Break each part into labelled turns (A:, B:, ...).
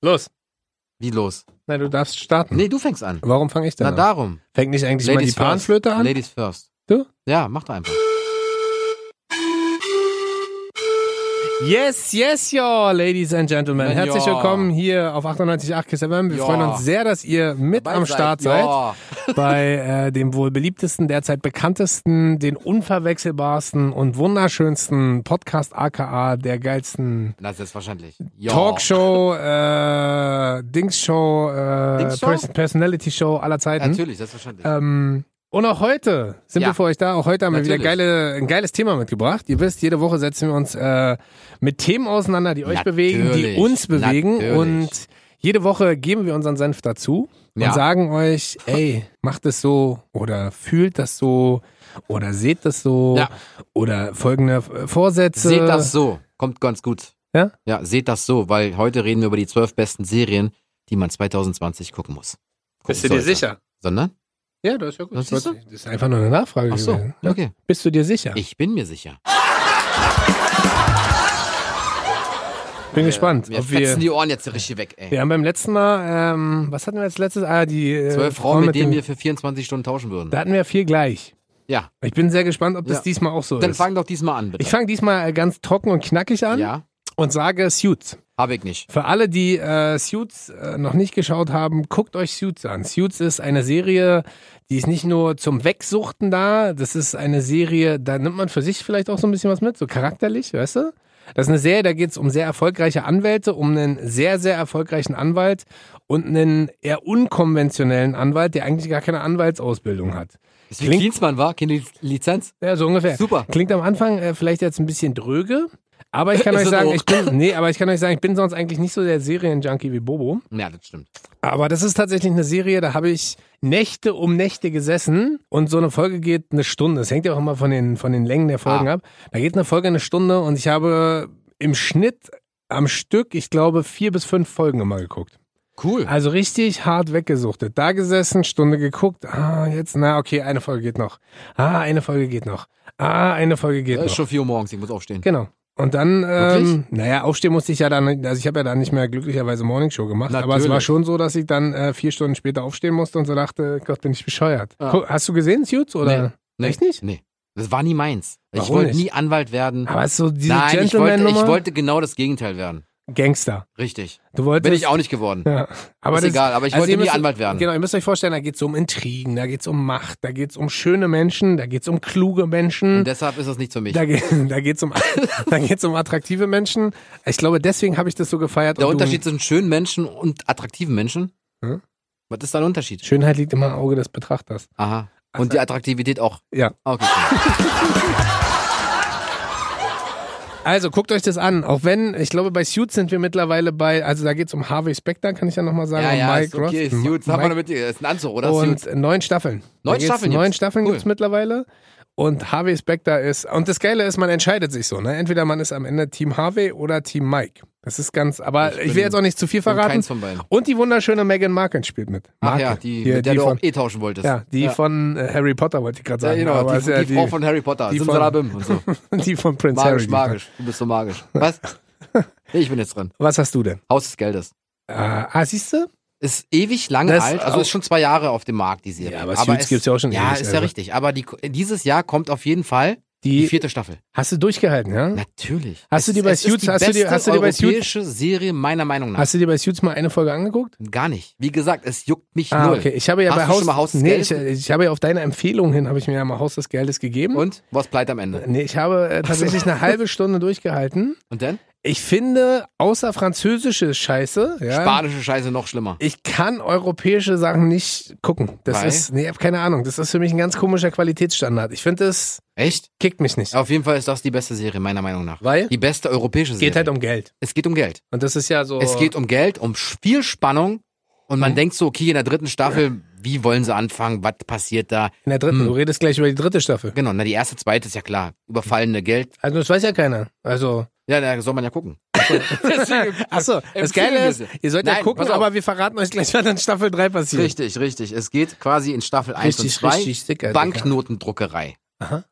A: Los.
B: Wie los?
A: Na, du darfst starten.
B: Nee, du fängst an.
A: Warum fange ich denn
B: Na
A: an?
B: darum.
A: Fängt nicht eigentlich mal die
B: Ladies first.
A: Panflöte an?
B: Ladies first.
A: Du?
B: Ja, mach doch einfach.
A: Yes, yes, y'all, ladies and gentlemen.
B: Na,
A: Herzlich
B: ja.
A: willkommen hier auf 98.8 Kiss FM. Wir
B: Ja.
A: freuen uns sehr, dass ihr mit
B: Dabei
A: am Start seid.
B: Ja.
A: bei äh, dem wohl beliebtesten, derzeit bekanntesten, den unverwechselbarsten und wunderschönsten Podcast aka der geilsten
B: Na, selbstverständlich. Ja.
A: Talkshow, äh, Dingsshow, äh,
B: Dingsshow?
A: Pers Personality Show aller Zeiten.
B: Natürlich, selbstverständlich.
A: Ähm, und auch heute sind
B: Ja.
A: wir für euch da. Auch heute haben wir wieder
B: Natürlich.
A: geile, ein geiles Thema mitgebracht. Ihr wisst, jede Woche setzen wir uns äh, mit Themen auseinander, die euch bewegen, die
B: Natürlich.
A: uns bewegen.
B: Natürlich.
A: Und jede Woche geben wir unseren Senf dazu und
B: Ja.
A: sagen euch, ey, macht es so oder fühlt das so oder seht das so
B: Ja.
A: oder folgende äh, Vorsätze.
B: seht das so. Kommt ganz gut.
A: Ja?
B: Ja, seht das so, weil heute reden wir über die zwölf besten Serien, die man 2020 gucken muss. Gucken
A: Bist du dir
B: sollte.
A: sicher?
B: Sondern?
A: Ja, das ist ja gut.
B: Das
A: Das,
B: siehst du?
A: ist einfach nur eine Nachfrage.
B: Ach so,
A: gewesen.
B: okay.
A: Bist du dir sicher?
B: Ich bin mir sicher.
A: bin gespannt,
B: Mir
A: ob wir
B: äh, fetzen die Ohren jetzt richtig weg, ey.
A: Wir haben beim letzten Mal, ähm, was hatten wir als letztes? Ah, die äh,
B: Zwölf Frauen, mit
A: dem-
B: denen wir für 24 Stunden tauschen würden.
A: Da hatten wir viel gleich.
B: ja,
A: Ich bin sehr gespannt, ob das
B: Ja.
A: diesmal auch so
B: dann
A: ist.
B: fang doch diesmal an, bitte.
A: ich fange diesmal äh, ganz trocken und knackig an
B: ja,
A: und sage Suits.
B: habe ich nicht.
A: Für alle, die äh, Suits äh, noch nicht geschaut haben, guckt euch Suits an. Suits ist eine Serie, die ist nicht nur zum Wegsuchten da, das ist eine Serie, da nimmt man für sich vielleicht auch so ein bisschen was mit, so charakterlich, weißt du? Das ist eine Serie, da geht es um sehr erfolgreiche Anwälte, um einen sehr, sehr erfolgreichen Anwalt und einen eher unkonventionellen Anwalt, der eigentlich gar keine Anwaltsausbildung hat.
B: Ist wie
A: Klingt-
B: Klinsmann war, keine Liz- Lizenz.
A: Ja, so ungefähr.
B: Super.
A: Klingt am Anfang äh, vielleicht jetzt ein bisschen dröge, aber ich kann
B: Ist
A: euch
B: es
A: sagen,
B: auch.
A: ich bin, nee, aber ich kann euch sagen, ich bin sonst eigentlich nicht so der Serienjunkie wie Bobo.
B: Ja, das stimmt.
A: Aber das ist tatsächlich eine Serie, da habe ich Nächte um Nächte gesessen und so eine Folge geht eine Stunde. Das hängt ja auch immer von den, von den Längen der Folgen
B: Ah.
A: ab. Da geht eine Folge eine Stunde und ich habe im Schnitt am Stück, ich glaube, vier bis fünf Folgen immer geguckt.
B: Cool.
A: Also richtig hart weggesuchtet. Da gesessen, Stunde geguckt. Ah, jetzt, na, okay, eine Folge geht noch. Ah, eine Folge geht noch. Ah, eine Folge geht
B: Es ist
A: noch.
B: schon 4 Uhr morgens, ich muss aufstehen.
A: Genau. Und dann, ähm,
B: Wirklich?
A: naja, aufstehen musste ich ja dann, also ich habe ja dann nicht mehr glücklicherweise Morningshow gemacht, aber es
B: Natürlich.
A: war schon so, dass ich dann äh, vier Stunden später aufstehen musste und so dachte, Gott, bin ich bescheuert.
B: Ja.
A: Guck, Hast du gesehen, Suits? Oder?
B: Ah. Nee,
A: Echt nicht?
B: Nee. Das war nie meins. Ich
A: Warum
B: wollte
A: nicht?
B: nie Anwalt werden.
A: Aber es ist so diese
B: Nein, ich wollte, ich
A: Gentleman-Nummer.
B: wollte genau das Gegenteil werden.
A: Gangster.
B: Richtig.
A: Du wolltest.
B: Bin ich auch nicht geworden.
A: Ja. Aber
B: ist
A: das,
B: egal, aber ich
A: also
B: wollte
A: ihr
B: nie
A: müsst-
B: Anwalt werden.
A: Genau, ihr müsst euch vorstellen, da geht's um Intrigen, da geht's um Macht, da geht's um schöne Menschen, da geht's um kluge Menschen.
B: Und deshalb ist das nicht für mich.
A: Da, ge da geht's um, da geht's um attraktive Menschen. Ich glaube, deswegen habe ich das so gefeiert.
B: Der
A: und du-
B: Unterschied zwischen schönen Menschen und attraktiven Menschen?
A: Hm?
B: Was ist da der Unterschied?
A: Schönheit liegt immer im Auge des Betrachters.
B: Aha. Und die Attraktivität auch.
A: Ja.
B: Okay. cool.
A: Also guckt euch das an. Auch wenn, ich glaube, bei Suits sind wir mittlerweile bei, also da geht's um Harvey Specter, kann ich ja nochmal sagen.
B: ja,
A: und
B: ja,
A: Mike
B: ist okay.
A: Ross,
B: Ist gut. Das hat man
A: Mike-
B: damit, ist ein Anzug, oder? Ist gut.
A: und neun Staffeln. Da
B: Neun
A: geht's-
B: Staffeln
A: Neun
B: gibt's.
A: Staffeln
B: Cool.
A: gibt's mittlerweile. Und Harvey Specter ist, und das Geile ist, man entscheidet sich so, ne? Entweder man ist am Ende Team Harvey oder Team Mike. Das ist ganz, aber
B: Ich
A: ich,
B: bin-
A: will jetzt auch nicht zu viel
B: Ich bin
A: verraten.
B: Keins von beiden.
A: Und die wunderschöne Meghan Markle spielt mit.
B: Ach
A: Markle.
B: ja, die,
A: Hier,
B: mit der
A: die
B: du
A: von,
B: auch eh tauschen wolltest.
A: ja, die von äh, Harry Potter, wollte ich gerade
B: Ja,
A: sagen.
B: genau,
A: aber
B: die,
A: ist ja
B: die, Frau von Harry Potter.
A: die von-
B: Simsalabim und so.
A: die von Prince
B: Magisch,
A: Harry.
B: magisch. Du bist so magisch. Was? Nee, ich bin jetzt dran.
A: Was hast du denn?
B: Haus des Geldes.
A: Äh, ah, siehst du?
B: Ist ewig lange
A: Das
B: alt, also
A: auch-
B: ist schon zwei Jahre auf dem Markt, die Serie.
A: Ja, aber Suits
B: es-
A: gibt's ja auch schon
B: Ja,
A: ewig,
B: ist ja
A: also.
B: richtig. Aber die, dieses Jahr kommt auf jeden Fall die,
A: Die,
B: vierte Staffel.
A: hast du durchgehalten, ja?
B: Natürlich.
A: Hast du die bei
B: es ist
A: Suits-
B: die
A: hast du die-
B: beste
A: hast du die bei Suits-
B: europäische Serie meiner Meinung nach.
A: Hast du dir bei Suits mal eine Folge angeguckt?
B: Gar nicht. Wie gesagt, es juckt mich
A: Ah,
B: null.
A: okay. Ich habe ja
B: Hast
A: bei
B: du
A: Haus,
B: schon mal Haus des
A: nee,
B: Geldes
A: ich, ich habe ja auf deine Empfehlung hin, habe ich mir ja mal Haus des Geldes gegeben.
B: Und? Was bleibt am Ende?
A: Nee, ich habe äh, tatsächlich eine halbe Stunde durchgehalten.
B: Und dann?
A: Ich finde, außer französische Scheiße, ja,
B: Spanische Scheiße noch schlimmer.
A: ich kann europäische Sachen nicht gucken. Das
B: Weil?
A: ist, nee, ich habe keine Ahnung. Das ist für mich ein ganz komischer Qualitätsstandard. Ich finde, das
B: Echt?
A: kickt mich nicht.
B: Auf jeden Fall ist das die beste Serie meiner Meinung nach.
A: Weil?
B: Die beste europäische
A: Es
B: Serie.
A: geht halt um Geld.
B: es geht um Geld.
A: Und das ist ja so.
B: Es geht um Geld, um Spielspannung. Und man
A: Mhm.
B: denkt so, okay, in der dritten Staffel, wie wollen sie anfangen? Was passiert da?
A: in der dritten.
B: Hm.
A: Du redest gleich über die dritte Staffel.
B: Genau, na, die erste, zweite ist ja klar. Überfallene Geld.
A: Also, das weiß ja keiner. Also.
B: Ja, da soll man ja gucken.
A: Achso, das Geile ist, ihr sollt ja
B: Nein,
A: gucken,
B: pass auf.
A: aber wir verraten euch gleich, was in Staffel 3 passiert.
B: Richtig, richtig. Es geht quasi in Staffel 1
A: Richtig,
B: und 2.
A: richtig sick, Alter.
B: Banknotendruckerei.
A: Aha.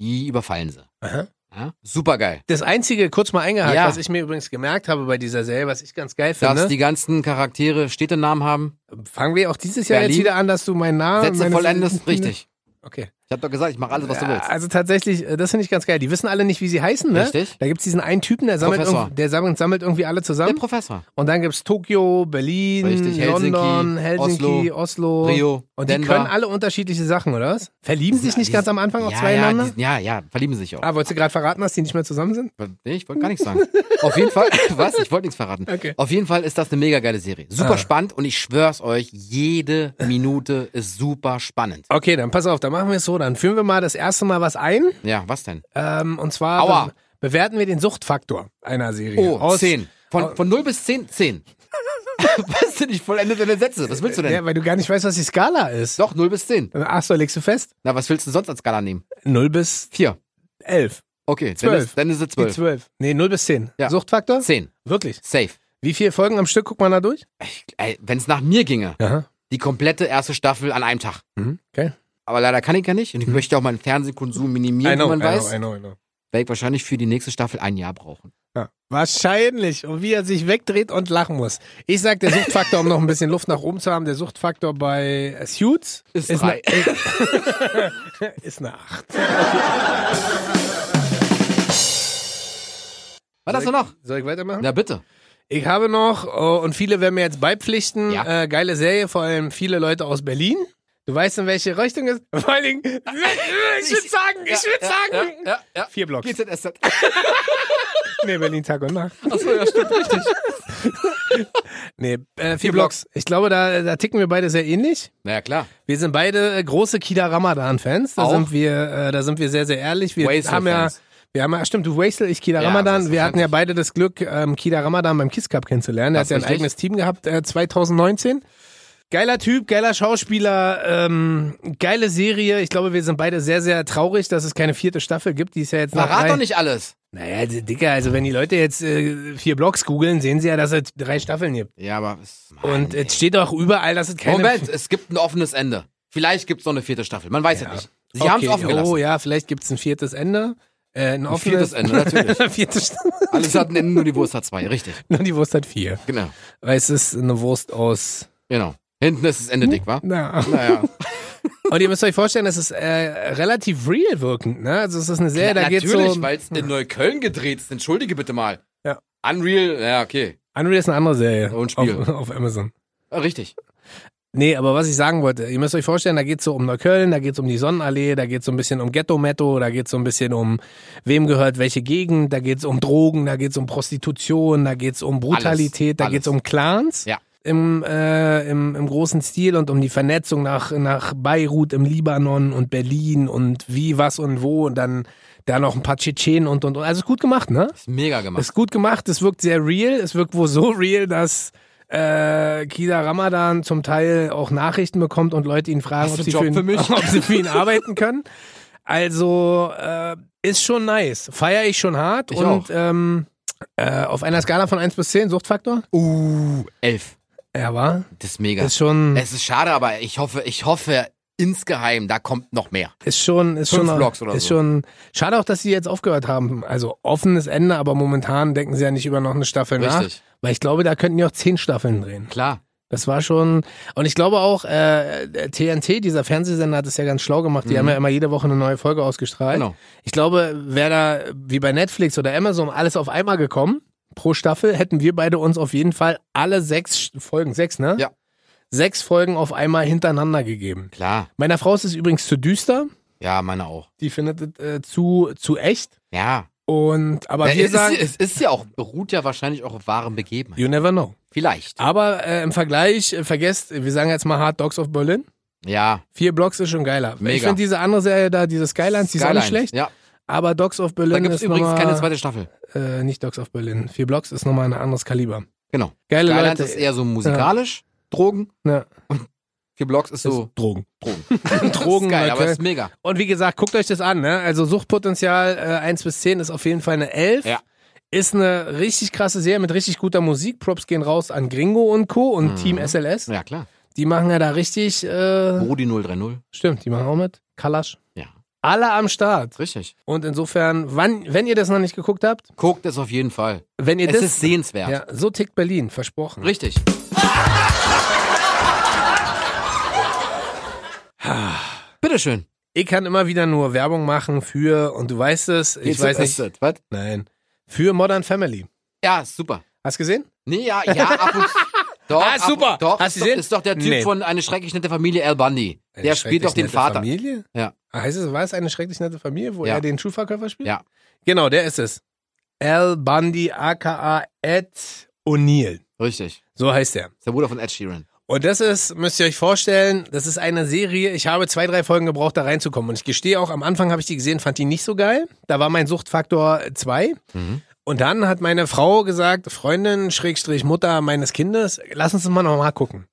B: Die überfallen sie.
A: Aha.
B: Ja? Supergeil.
A: Das einzige, kurz mal eingehakt,
B: Ja.
A: was ich mir übrigens gemerkt habe bei dieser Serie, was ich ganz geil
B: Dass
A: finde,
B: die ganzen Charaktere Städtenamen haben,
A: fangen wir auch dieses Jahr
B: Berlin.
A: jetzt wieder an, dass du meinen Namen.
B: Sätze
A: meine-
B: vollendest, richtig.
A: Okay.
B: Ich habe doch gesagt, ich mache alles, was du willst.
A: Also tatsächlich, äh, das finde ich ganz geil. Die wissen alle nicht, wie sie heißen, ne?
B: Richtig?
A: Da gibt es diesen einen Typen, der sammelt,
B: Professor.
A: irgend- der sammelt, sammelt irgendwie alle
B: Der
A: zusammen.
B: Professor.
A: Und dann gibt es Tokio, Berlin,
B: Richtig, Helsinki,
A: London, Helsinki, Oslo.
B: Rio,
A: Und die
B: Denver.
A: können alle unterschiedliche Sachen, oder was? Verlieben sich nicht
B: die-
A: ganz am Anfang auch
B: ja,
A: zweieinander?
B: Ja, die, ja, ja, verlieben sich auch.
A: ah, wolltest du gerade verraten, dass die nicht mehr zusammen sind?
B: Nee, ich wollte gar nichts sagen. Auf jeden Fall, was? Ich wollte nichts verraten.
A: Okay.
B: Auf jeden Fall ist das eine mega geile Serie. Super
A: Ah.
B: spannend und ich schwör's euch, jede Minute ist super spannend.
A: Okay, dann pass auf, dann machen wir es so. Dann führen wir mal das erste Mal was ein.
B: Ja, was denn?
A: Ähm, und zwar
B: Aua.
A: be- bewerten wir den Suchtfaktor einer Serie.
B: Oh,
A: Aus-
B: 10. Von,
A: aus-
B: von 0 bis 10, 10. was denn? Ich vollende deine Sätze. Was willst du denn?
A: Ja, weil du gar nicht weißt, was die Skala ist.
B: Doch, 0 bis 10.
A: Ach so, legst du fest?
B: Na, was willst du sonst als Skala nehmen?
A: 0 bis
B: 4.
A: 11.
B: Okay, dann
A: Zwölf.
B: ist, dann ist es
A: Die
B: 12.
A: 12. Nee, 0 bis 10.
B: Ja.
A: Suchtfaktor?
B: 10.
A: Wirklich.
B: Safe.
A: Wie viele Folgen am Stück guckt man da durch?
B: Wenn es nach mir ginge,
A: Aha.
B: die komplette erste Staffel an einem Tag.
A: Mhm. Okay.
B: Aber leider kann ich ja nicht und ich möchte auch meinen Fernsehkonsum minimieren, wie man weiß.
A: Hm. I know, I know.
B: Werde ich wahrscheinlich für die nächste Staffel ein Jahr brauchen.
A: Ja. Wahrscheinlich. Und wie er sich wegdreht und lachen muss. Ich sag, der Suchtfaktor, um noch ein bisschen Luft nach oben zu haben, der Suchtfaktor bei äh, Suits
B: Ist
A: eine, äh,
B: drei.
A: ist eine 8.
B: Was
A: äh,
B: hast du noch?
A: Soll ich weitermachen?
B: Na bitte.
A: Ich habe noch, oh, und viele werden mir jetzt beipflichten,
B: Ja.
A: äh, geile Serie, vor allem viele Leute aus Berlin. Du weißt, in welche Richtung es. Vor allen Dingen, ich würde sagen, ich würde sagen.
B: Ja, ja.
A: Vier Blocks.
B: GZSZ.
A: Nee, Berlin Tag und Nacht.
B: Achso, ja, stimmt, richtig.
A: Nee, äh, vier,
B: Vier
A: Blocks. Ich glaube, da, da ticken wir beide sehr ähnlich.
B: Naja, klar.
A: Wir sind beide äh, große Kida Ramadan-Fans. Da
B: Auch.
A: sind wir, äh, da sind wir sehr, sehr ehrlich. Wir
B: Waisel
A: haben ja,
B: Fans.
A: wir haben ja, stimmt, du Wastel, ich Kida
B: Ja,
A: Ramadan. Wir
B: selbstverständlich.
A: hatten ja beide das Glück, ähm, Kida Ramadan beim Kiss Cup kennenzulernen. Er
B: Das
A: hat ja ein
B: ist richtig.
A: eigenes Team gehabt, äh, 2019. Geiler Typ, geiler Schauspieler, ähm, geile Serie. Ich glaube, wir sind beide sehr, sehr traurig, dass es keine vierte Staffel gibt. Die ist ja jetzt nach
B: Verrat
A: drei-
B: doch nicht alles.
A: Naja, Dicker, also wenn die Leute jetzt äh, vier Blocks googeln, sehen sie ja, dass es drei Staffeln gibt.
B: Ja, aber. es-
A: Und
B: Mann,
A: es steht auch überall, dass es
B: ey.
A: keine.
B: Moment, es gibt ein offenes Ende. Vielleicht gibt es noch eine vierte Staffel. Man weiß ja, nicht. Sie haben es offen gelassen.
A: Oh ja, vielleicht gibt es ein viertes Ende. Äh, ein offenes
B: viertes Ende, natürlich.
A: Ein viertes Ende.
B: Alles hat ein Ende, nur die Wurst hat zwei. Richtig.
A: Nur die Wurst hat vier.
B: Genau.
A: Weil es ist eine Wurst aus.
B: Genau. Hinten ist das Ende dick, wa?
A: Na.
B: Naja.
A: Und ihr müsst euch vorstellen, es ist äh, relativ real wirkend, ne? Also es ist eine Serie, da geht's
B: Natürlich,
A: so.
B: weil es in Neukölln gedreht ist. Entschuldige bitte mal.
A: Ja.
B: Unreal, ja, okay.
A: Unreal ist eine andere Serie.
B: Und Spiel.
A: Auf, auf Amazon.
B: Ah, Richtig.
A: Nee, aber was ich sagen wollte, ihr müsst euch vorstellen, da geht's so um Neukölln, da geht's um die Sonnenallee, da geht's so ein bisschen um Ghetto-Metto, da geht's so ein bisschen um wem gehört welche Gegend, da geht's um Drogen, da geht's um Prostitution, da geht's um Brutalität, da
B: alles.
A: geht's um Clans.
B: Ja.
A: Im, äh, im, Im großen Stil und um die Vernetzung nach, nach Beirut im Libanon und Berlin und wie, was und wo und dann da noch ein paar Tschetschenen und und und. Also ist gut gemacht, ne?
B: Ist mega gemacht.
A: Ist gut gemacht, es wirkt sehr real, es wirkt wohl so real, dass äh, Kida Ramadan zum Teil auch Nachrichten bekommt und Leute ihn fragen,
B: Hast du
A: ob
B: einen
A: sie,
B: Job
A: für ihn,
B: für mich?
A: ob sie für ihn arbeiten können. Also äh, ist schon nice. Feiere ich schon hart.
B: Ich
A: und
B: auch.
A: Ähm, äh, auf einer Skala von 1 bis 10, Suchtfaktor?
B: uh, elf.
A: Ja, war.
B: Das ist mega.
A: Ist schon,
B: es ist schade, aber ich hoffe, ich hoffe insgeheim, da kommt noch mehr.
A: ist schon, ist
B: fünf
A: schon,
B: Blocks oder
A: ist
B: so.
A: schon. Schade auch, dass sie jetzt aufgehört haben. Also offenes Ende, aber momentan denken sie ja nicht über noch eine Staffel nach.
B: Richtig.
A: Weil ich glaube, da könnten die auch zehn Staffeln drehen.
B: Klar.
A: Das war schon, und ich glaube auch, äh, der TNT, dieser Fernsehsender, hat es ja ganz schlau gemacht. Die haben ja immer jede Woche eine neue Folge ausgestrahlt.
B: Mhm. Genau.
A: Ich glaube, wäre da wie bei Netflix oder Amazon alles auf einmal gekommen, pro Staffel, hätten wir beide uns auf jeden Fall alle sechs Sch- Folgen, sechs, ne?
B: Ja.
A: Sechs Folgen auf einmal hintereinander gegeben.
B: Klar.
A: Meiner Frau ist es übrigens zu düster.
B: Ja, meine auch.
A: Die findet es äh, zu, zu echt.
B: Ja.
A: Und, aber
B: Ja,
A: wir
B: es,
A: sagen,
B: ist, es ist ja auch, beruht ja wahrscheinlich auch auf wahren Begebenheiten.
A: you never know.
B: Vielleicht.
A: Aber äh, im Vergleich, äh, vergesst, wir sagen jetzt mal Hard Dogs of Berlin.
B: Ja.
A: Vier Blocks ist schon geiler. Ich
B: Mega.
A: finde diese andere Serie da, diese Skylines, die ist auch nicht
B: Skylines,
A: schlecht.
B: Ja.
A: Aber Dogs of
B: Da
A: Berlin
B: gibt es
A: ist
B: übrigens
A: nochmal,
B: keine zweite Staffel.
A: äh, nicht Dogs of Berlin. Vier Blocks ist nochmal ein anderes Kaliber.
B: Genau.
A: Geile
B: Skylines
A: Leute.
B: ist eher so musikalisch, Drogen.
A: Ja.
B: Vier Blocks ist so.
A: Ist Drogen.
B: Drogen.
A: Drogen,
B: ist geil,
A: Leute.
B: aber ist mega.
A: Und wie gesagt, guckt euch das an. Ne? Also Suchtpotenzial äh, 1 bis 10 ist auf jeden Fall eine 11.
B: Ja.
A: Ist eine richtig krasse Serie mit richtig guter Musik. Props gehen raus an Gringo und Co. und
B: Mhm.
A: Team SLS.
B: Ja, klar.
A: Die machen ja da richtig, äh,
B: Rudi 030.
A: stimmt, die machen auch mit. Kalasch.
B: Ja.
A: alle am Start.
B: Richtig.
A: Und insofern, wann, wenn ihr das noch nicht geguckt habt,
B: Guckt es auf jeden Fall.
A: wenn ihr
B: Es
A: das.
B: ist sehenswert.
A: ja, so tickt Berlin, versprochen.
B: Richtig. Bitteschön.
A: Ich kann immer wieder nur Werbung machen für, und du weißt es, ich
B: Geht's
A: weiß
B: um
A: nicht.
B: Asset, Was?
A: Nein. Für Modern Family.
B: Ja, super.
A: Hast gesehen?
B: Nee, ja, ja, ab und doch,
A: Ah, super.
B: Ab, doch, ist
A: Hast du
B: doch,
A: gesehen?
B: ist doch der Typ
A: Nee.
B: von Eine schrecklich nette Familie, Al Bundy.
A: Eine
B: Der spielt doch
A: schrecklich
B: den
A: nette
B: Vater.
A: Familie?
B: Ja.
A: Ah, Heißt es, war es eine schrecklich nette Familie, wo
B: Ja.
A: er den Schuhverkäufer spielt?
B: Ja.
A: Genau, der ist es. Al Bundy, aka Ed O'Neill.
B: Richtig.
A: So heißt er.
B: Ist der Bruder von Ed Sheeran.
A: Und das ist, müsst ihr euch vorstellen, das ist eine Serie. Ich habe zwei, drei Folgen gebraucht, da reinzukommen. Und ich gestehe auch, am Anfang habe ich die gesehen, fand die nicht so geil. Da war mein Suchtfaktor 2.
B: Mhm.
A: Und dann hat meine Frau gesagt, Freundin, Schrägstrich, Mutter meines Kindes, lass uns das mal nochmal gucken.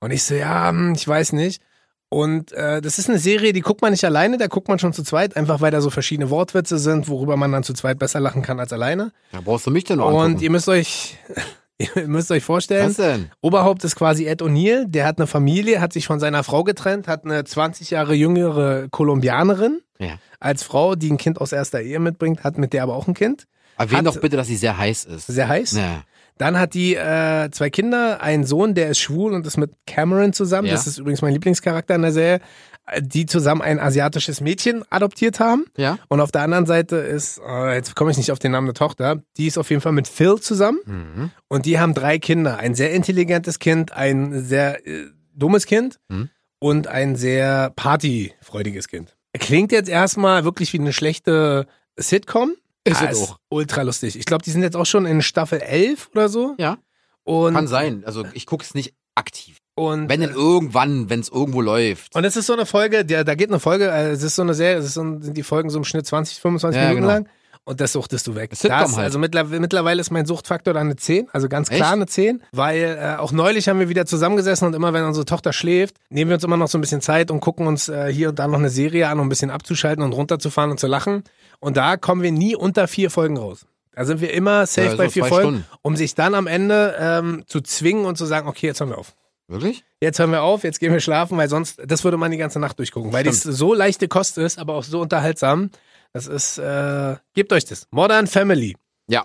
A: Und ich so, ja, hm, ich weiß nicht. Und äh, das ist eine Serie, die guckt man nicht alleine, da guckt man schon zu zweit, einfach weil da so verschiedene Wortwitze sind, worüber man dann zu zweit besser lachen kann als alleine.
B: Da brauchst du mich denn noch
A: Und
B: angucken.
A: ihr müsst euch, ihr müsst euch vorstellen,
B: Was denn?
A: Oberhaupt ist quasi Ed O'Neill, der hat eine Familie, hat sich von seiner Frau getrennt, hat eine 20 Jahre jüngere Kolumbianerin
B: Ja.
A: als Frau, die ein Kind aus erster Ehe mitbringt, hat mit der aber auch ein Kind,
B: Erwähn
A: Hat-
B: doch bitte, dass sie sehr heiß ist.
A: sehr heiß.
B: ja.
A: Dann hat die äh, zwei Kinder, einen Sohn, der ist schwul und ist mit Cameron zusammen,
B: Ja.
A: das ist übrigens mein Lieblingscharakter in der Serie, äh, die zusammen ein asiatisches Mädchen adoptiert haben.
B: ja.
A: Und auf der anderen Seite ist, äh, jetzt komme ich nicht auf den Namen der Tochter, die ist auf jeden Fall mit Phil zusammen.
B: Mhm.
A: Und die haben drei Kinder. Ein sehr intelligentes Kind, ein sehr äh, dummes Kind
B: Hm.
A: und ein sehr partyfreudiges Kind. Klingt jetzt erstmal wirklich wie eine schlechte Sitcom.
B: Ist
A: Ah,
B: es auch.
A: ultra lustig. Ich glaube, die sind jetzt auch schon in Staffel 11 oder so.
B: Ja.
A: Und,
B: Kann sein. Also ich gucke es nicht aktiv.
A: Und, äh,
B: Wenn denn irgendwann, wenn es irgendwo läuft.
A: und es ist so eine Folge, der, da geht eine Folge, äh, es ist so eine Serie, es ist so, ein- sind die Folgen so im Schnitt 20, 25
B: Ja,
A: Minuten
B: genau.
A: lang. Und das suchtest du weg.
B: Das Sitcom halt.
A: Also mittlerweile, mittlerweile ist mein Suchtfaktor dann eine 10, also ganz
B: Echt?
A: klar eine 10, weil äh, auch neulich haben wir wieder zusammengesessen und immer wenn unsere Tochter schläft, nehmen wir uns immer noch so ein bisschen Zeit und gucken uns äh, hier und da noch eine Serie an, um ein bisschen abzuschalten und runterzufahren und zu lachen. Und da kommen wir nie unter vier Folgen raus. Da sind wir immer safe
B: Ja,
A: bei
B: so
A: vier
B: zwei
A: Folgen,
B: Stunden.
A: um sich dann am Ende ähm, zu zwingen und zu sagen, okay, jetzt hören wir auf
B: Wirklich?
A: jetzt hören wir auf, jetzt gehen wir schlafen, weil sonst, das würde man die ganze Nacht durchgucken, weil das
B: Stimmt.
A: so leichte Kost ist, aber auch so unterhaltsam. Das ist, äh, gebt euch das. Modern Family.
B: Ja.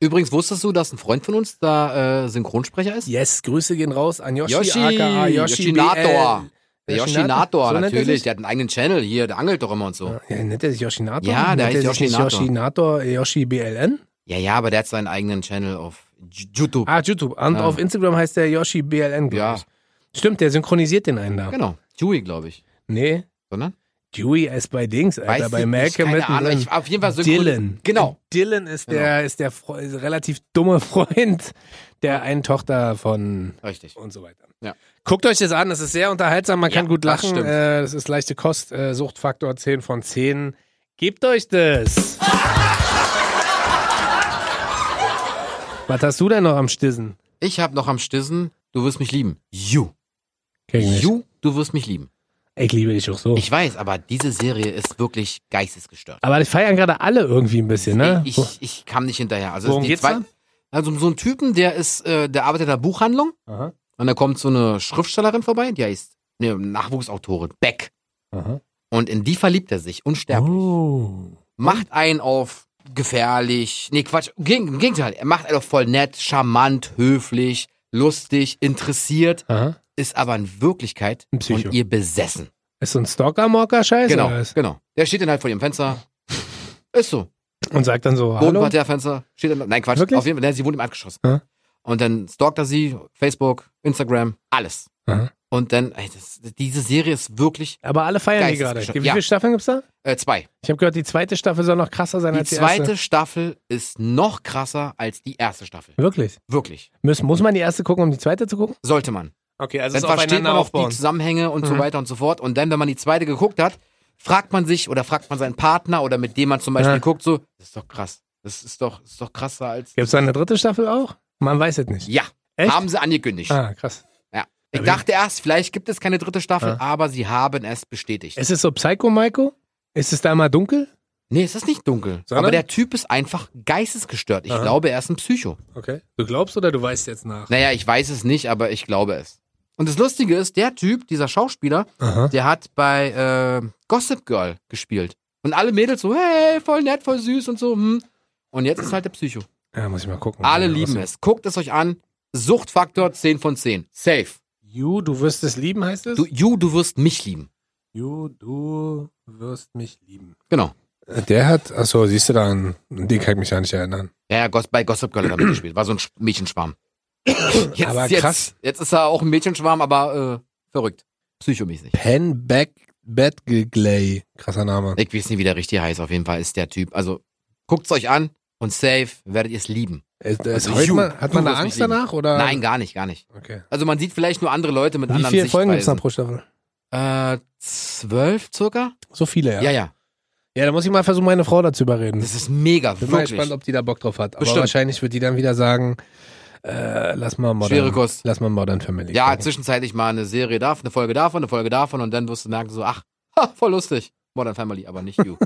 B: Übrigens, wusstest du, dass ein Freund von uns da äh, Synchronsprecher ist?
A: Yes, Grüße gehen raus an Yoshi,
B: Yoshi,
A: aka Yoshi
B: Yoshinator. Der
A: Yoshi
B: Yoshinator,
A: Nator, so nennt er
B: natürlich.
A: sich?
B: Der hat einen eigenen Channel hier, der angelt doch immer und so.
A: BL. Ja, nennt er sich Yoshi Nator?
B: Ja, der
A: Nennt er
B: heißt
A: sich nicht
B: Yoshi
A: Yoshi Nator, Yoshi BLN.
B: Ja, ja, aber der hat seinen eigenen Channel auf J- YouTube.
A: Ah, YouTube. Und
B: Ja.
A: auf Instagram heißt der Yoshi BLN, glaub
B: Ja.
A: ich. Stimmt, der synchronisiert den einen da.
B: Genau. Dewey, glaube ich.
A: Nee,
B: Sondern?
A: Dewey ist bei Dings, Alter,
B: ich
A: bei
B: nicht,
A: Malcolm
B: keine Ahnung.
A: mittendrin.
B: Ich, auf jeden Fall synchron-
A: Dylan.
B: Genau.
A: Dylan ist
B: Genau.
A: der, ist der Fre ist relativ dumme Freund der einen Tochter von
B: Richtig.
A: und so weiter.
B: Ja.
A: Guckt euch das an, es ist sehr unterhaltsam, man
B: Ja,
A: kann gut
B: das
A: lachen.
B: stimmt.
A: äh, Das ist leichte Kost, äh, Suchtfaktor 10 von 10. Gebt euch das! Was hast du denn noch am Stissen?
B: Ich habe noch am Stissen, du wirst mich lieben. You.
A: Kenn ich nicht.
B: You, du wirst mich lieben.
A: Ich liebe dich auch so.
B: Ich weiß, aber diese Serie ist wirklich geistesgestört.
A: Aber die feiern gerade alle irgendwie ein bisschen, ne?
B: Ich, ich, ich kam nicht hinterher. Also
A: Worum
B: die
A: geht's
B: zwei-
A: da?
B: Also um so einen Typen, der ist, äh, der arbeitet in der Buchhandlung
A: aha,
B: und da kommt so eine Schriftstellerin vorbei, die heißt ne, Nachwuchsautorin, Beck.
A: aha.
B: Und in die verliebt er sich, unsterblich.
A: Oh.
B: Macht einen auf gefährlich. Nee, Quatsch. Gegen, Im Gegenteil, er macht einen auf voll nett, charmant, höflich, lustig, interessiert,
A: Aha.
B: ist aber in Wirklichkeit
A: Ein Psycho.
B: von ihr besessen.
A: Ist so ein Stalker-Morker-Scheiß?
B: Genau,
A: oder was?
B: genau. Der steht dann halt vor ihrem Fenster. Ist so.
A: Und sagt dann so, hallo?
B: Bodenparterrefenster. Steht dann, nein, Quatsch.
A: Wirklich?
B: Auf jeden Fall, nein, sie wohnt im Erdgeschoss.
A: Ja.
B: Und dann stalkt er sie, Facebook, Instagram, alles.
A: Aha.
B: Und dann, ey, das, diese Serie ist wirklich
A: Aber alle feiern die gerade.
B: Geistesgestört,
A: Wie
B: ja.
A: viele Staffeln gibt's da?
B: äh, zwei.
A: Ich habe gehört, die zweite Staffel soll noch krasser sein
B: Die
A: als die
B: zweite
A: erste.
B: Staffel ist noch krasser als die erste Staffel.
A: Wirklich.
B: Wirklich.
A: Muss, muss man die erste gucken, um die zweite zu gucken?
B: Sollte man.
A: Okay, also
B: Dann versteht man auch die Zusammenhänge und so
A: Mhm.
B: weiter und so fort. Und dann, wenn man die zweite geguckt hat, fragt man sich oder fragt man seinen Partner oder mit dem man zum Beispiel
A: Ja.
B: guckt, so, das ist doch krass. Das ist doch, das ist doch krasser als.
A: Gibt es da eine dritte Staffel auch? Man weiß es nicht.
B: Ja,
A: Echt?
B: haben sie angekündigt.
A: Ah, krass.
B: Ich dachte erst, vielleicht gibt es keine dritte Staffel,
A: Ja.
B: aber sie haben es bestätigt.
A: Ist es so Psycho, Maiko? Ist es da immer dunkel?
B: nee, es ist nicht dunkel.
A: Sondern?
B: Aber der Typ ist einfach geistesgestört. Ich
A: Aha.
B: glaube, er ist ein Psycho.
A: Okay. Du glaubst oder du weißt jetzt nach?
B: Naja, ich weiß es nicht, aber ich glaube es. Und das Lustige ist, der Typ, dieser Schauspieler,
A: Aha.
B: der hat bei äh, Gossip Girl gespielt. Und alle Mädels so, hey, voll nett, voll süß und so. Hm. Und jetzt ist halt der Psycho.
A: Ja, muss ich mal gucken.
B: Alle lieben es. Guckt es euch an. Suchtfaktor 10 von 10. Safe.
A: You, du wirst es lieben, heißt es?
B: Du, you, du wirst mich lieben.
A: you, du wirst mich lieben.
B: Genau.
A: Der hat, achso, siehst du da, an den kann ich mich ja nicht erinnern.
B: Ja, ja, Gos- bei Gossip Girl hat er mitgespielt. War so ein Sch- Mädchenschwarm. Jetzt,
A: Aber krass.
B: Jetzt, jetzt ist er auch ein Mädchenschwarm, aber äh, verrückt. Psychomäßig.
A: Pen Beck Bettgegley. Krasser Name.
B: Ich weiß nicht, wie der richtig heißt. Auf jeden Fall ist der Typ. Also guckt's euch an und safe werdet ihr es lieben.
A: Ist, ist
B: Also
A: heute
B: you,
A: mal, hat
B: du
A: man da
B: wirst mich
A: Angst
B: lieben.
A: danach? Oder?
B: Nein, gar nicht, gar nicht.
A: Okay.
B: Also man sieht vielleicht nur andere Leute mit
A: Ähm. Wie
B: anderen
A: viele Folgen gibt's noch
B: Sichtweisen.
A: pro Staffel?
B: Äh, zwölf circa?
A: So viele, ja.
B: Ja, ja.
A: Ja, da muss ich mal versuchen, meine Frau dazu überreden.
B: Das ist mega,
A: Bin mal gespannt,
B: wirklich.
A: ob die da Bock drauf hat. Aber
B: Bestimmt.
A: wahrscheinlich wird die dann wieder sagen, äh, lass mal Modern,
B: Schwere Kost.
A: Lass mal Modern Family.
B: Ja,
A: gucken.
B: zwischenzeitlich mal eine Serie davon, eine Folge davon, eine Folge davon und dann wirst du merken so, ach, ha, voll lustig. Modern Family, aber nicht you.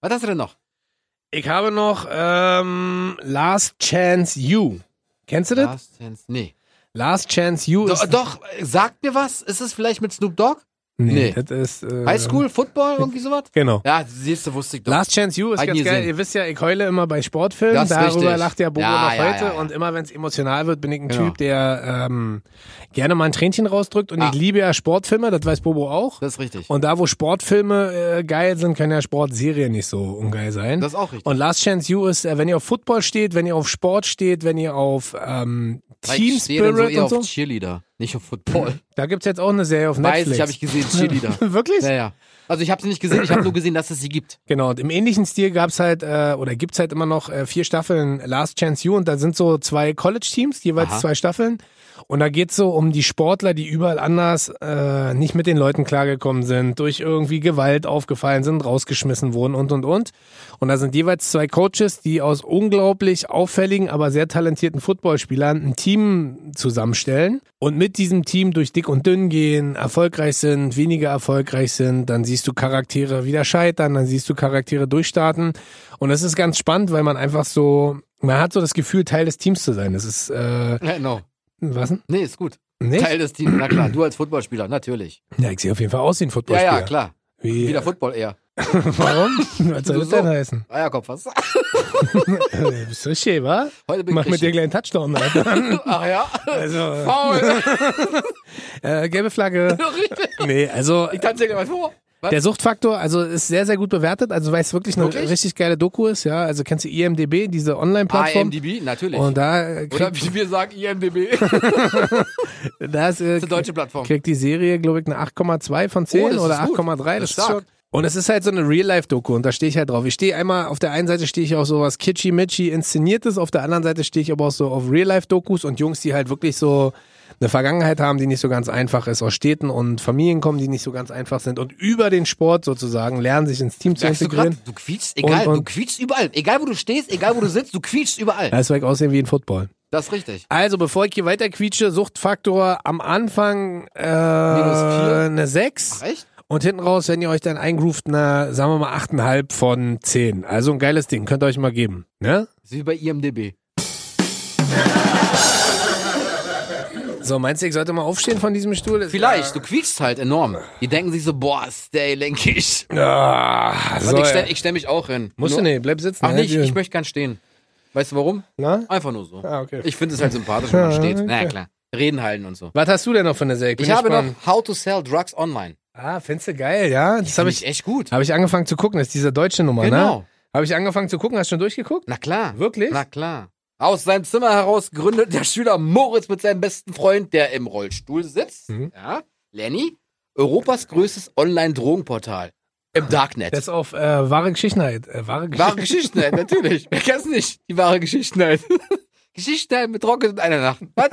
B: Was hast du denn noch?
A: ich habe noch ähm, Last Chance You. Kennst du das?
B: Last Chance. Nee.
A: Last Chance You
B: Do,
A: ist.
B: doch, äh, sagt mir was? Ist es vielleicht mit Snoop Dogg?
A: Nee,
B: nee.
A: das ist. Äh,
B: Highschool, Football, irgendwie sowas?
A: Genau.
B: Ja, siehst du, wusste ich doch.
A: Last Chance You ist
B: Hab ich
A: ganz
B: nie
A: geil.
B: gesehen.
A: Ihr wisst ja, ich heule immer bei Sportfilmen.
B: Das ist
A: Darüber
B: richtig.
A: lacht der Bobo
B: Ja,
A: noch
B: ja,
A: heute.
B: ja, ja.
A: Und immer wenn es emotional wird, bin ich ein
B: Genau.
A: Typ, der ähm, gerne mal ein Tränchen rausdrückt. Und
B: Ah.
A: ich liebe ja Sportfilme, das weiß Bobo auch.
B: Das ist richtig.
A: Und da, wo Sportfilme äh, geil sind, können ja Sportserien nicht so ungeil sein.
B: Das ist auch richtig.
A: und Last Chance You ist, äh, wenn ihr auf Football steht, wenn ihr auf Sport steht, wenn ihr auf ähm,
B: Weil
A: Team
B: ich stehe dann so
A: Spirit
B: eher
A: und so.
B: auf Cheerleader, nicht auf Football.
A: Da gibt's jetzt auch eine Serie auf
B: Weiß
A: Netflix.
B: ich, habe ich gesehen, Cheerleader.
A: Wirklich?
B: Naja. Also ich habe sie nicht gesehen, ich habe nur gesehen, dass es sie gibt.
A: Genau, und im ähnlichen Stil gab's halt, äh, oder gibt's halt immer noch äh, vier Staffeln Last Chance You und da sind so zwei College-Teams, jeweils
B: Aha.
A: zwei Staffeln. Und da geht's so um die Sportler, die überall anders äh, nicht mit den Leuten klargekommen sind, durch irgendwie Gewalt aufgefallen sind, rausgeschmissen wurden und und und. Und da sind jeweils zwei Coaches, die aus unglaublich auffälligen, aber sehr talentierten Footballspielern ein Team zusammenstellen und mit diesem Team durch dick und dünn gehen, erfolgreich sind, weniger erfolgreich sind. Dann siehst du Charaktere wieder scheitern, dann siehst du Charaktere durchstarten. Und das ist ganz spannend, weil man einfach so, man hat so das Gefühl, Teil des Teams zu sein. Das ist, äh,
B: Genau.
A: was denn?
B: Nee, ist gut.
A: Nicht?
B: Teil des Teams, na klar, du als Footballspieler, natürlich.
A: Ja, ich sehe auf jeden Fall aus wie ein
B: Ja,
A: Footballspieler.
B: ja, klar.
A: Wie,
B: Wieder Football eher.
A: warum? Was soll
B: Du
A: das
B: so.
A: denn heißen?
B: Eierkopf, was?
A: Äh, Bist du schön, wa?
B: Heute bin ich
A: Mach mit dir
B: richtig.
A: gleich einen Touchdown, Alter.
B: Ach ja,
A: Also,
B: faul.
A: Äh, gelbe Flagge.
B: Richtig.
A: nee, also
B: ich tanze dir gleich mal vor. Was?
A: der Suchtfaktor, also ist sehr, sehr gut bewertet. Also weil es wirklich eine
B: Wirklich?
A: richtig geile Doku ist, ja. Also kennst du IMDB, diese Online-Plattform.
B: IMDb, natürlich.
A: Und da, äh,
B: Oder
A: krieg,
B: wie wir sagen, IMDb. das ist
A: da ist, äh,
B: eine deutsche Plattform.
A: kriegt die Serie, glaube ich, eine 8,2 von
B: Oh,
A: 10
B: das ist
A: oder
B: gut.
A: 8,3.
B: Das
A: Das
B: ist
A: ist
B: stark.
A: schon. Und es ist halt so eine Real-Life-Doku und da stehe ich halt drauf. Ich stehe einmal, auf der einen Seite stehe ich auf sowas Kitschy-Mitschy inszeniertes, auf der anderen Seite stehe ich aber auch so auf Real-Life-Dokus und Jungs, die halt wirklich so eine Vergangenheit haben, die nicht so ganz einfach ist, aus Städten und Familien kommen, die nicht so ganz einfach sind und über den Sport sozusagen lernen, sich ins Team zu
B: Merkst du
A: integrieren.
B: grad? Du quietschst, egal,
A: Und-
B: du
A: und-
B: quietschst überall. Egal, wo du stehst, egal, wo du sitzt, du quietschst überall.
A: Das weg aussehen wie ein Football.
B: Das ist richtig.
A: Also, bevor ich hier weiter quietsche, Suchtfaktor am Anfang äh,
B: vier?
A: eine 6.
B: Ach, echt?
A: Und hinten raus, wenn ihr euch dann eingroovt, na, sagen wir mal 8,5 von 10. Also ein geiles Ding, könnt ihr euch mal geben. Ne?
B: Das ist wie bei IMDb.
A: So, meinst du, ich sollte mal aufstehen von diesem Stuhl? Das-
B: Vielleicht, du quietschst halt enorm. Die denken sich so, boah, stay lenkig.
A: Ah, so,
B: Und ich
A: ja.
B: stelle stell mich auch hin.
A: Musst du
B: Nur-
A: nicht, bleib sitzen.
B: Ach
A: ne?
B: nicht, ich möchte gern stehen. Weißt du warum?
A: Na?
B: Einfach nur so.
A: Ah, okay.
B: Ich finde es halt sympathisch, wenn man
A: Ja,
B: steht.
A: okay.
B: Na ja, klar. Reden halten und so.
A: Was hast du denn noch für eine Serie?
B: Ich habe
A: gespannt.
B: noch How to Sell Drugs Online.
A: Ah, findest du geil, ja? Das habe
B: Finde
A: ich,
B: echt gut.
A: hab ich angefangen zu gucken, das ist diese deutsche Nummer, ne?
B: Genau.
A: Habe ich angefangen zu gucken, hast du schon durchgeguckt?
B: Na klar.
A: Wirklich?
B: Na klar. Aus seinem Zimmer heraus gründet der Schüler Moritz mit seinem besten Freund, der im Rollstuhl sitzt,
A: Mhm.
B: ja, Lenny, Europas größtes Online-Drogenportal im Darknet.
A: Das ist auf äh, wahre Geschichtenheit. Äh, wahre
B: wahre
A: Geschichten.
B: Geschichtenheit, halt, natürlich. Wer kennt's nicht? Die wahre Geschichtenheit. Geschichtenheit halt mit Rocket in einer Nacht. Was?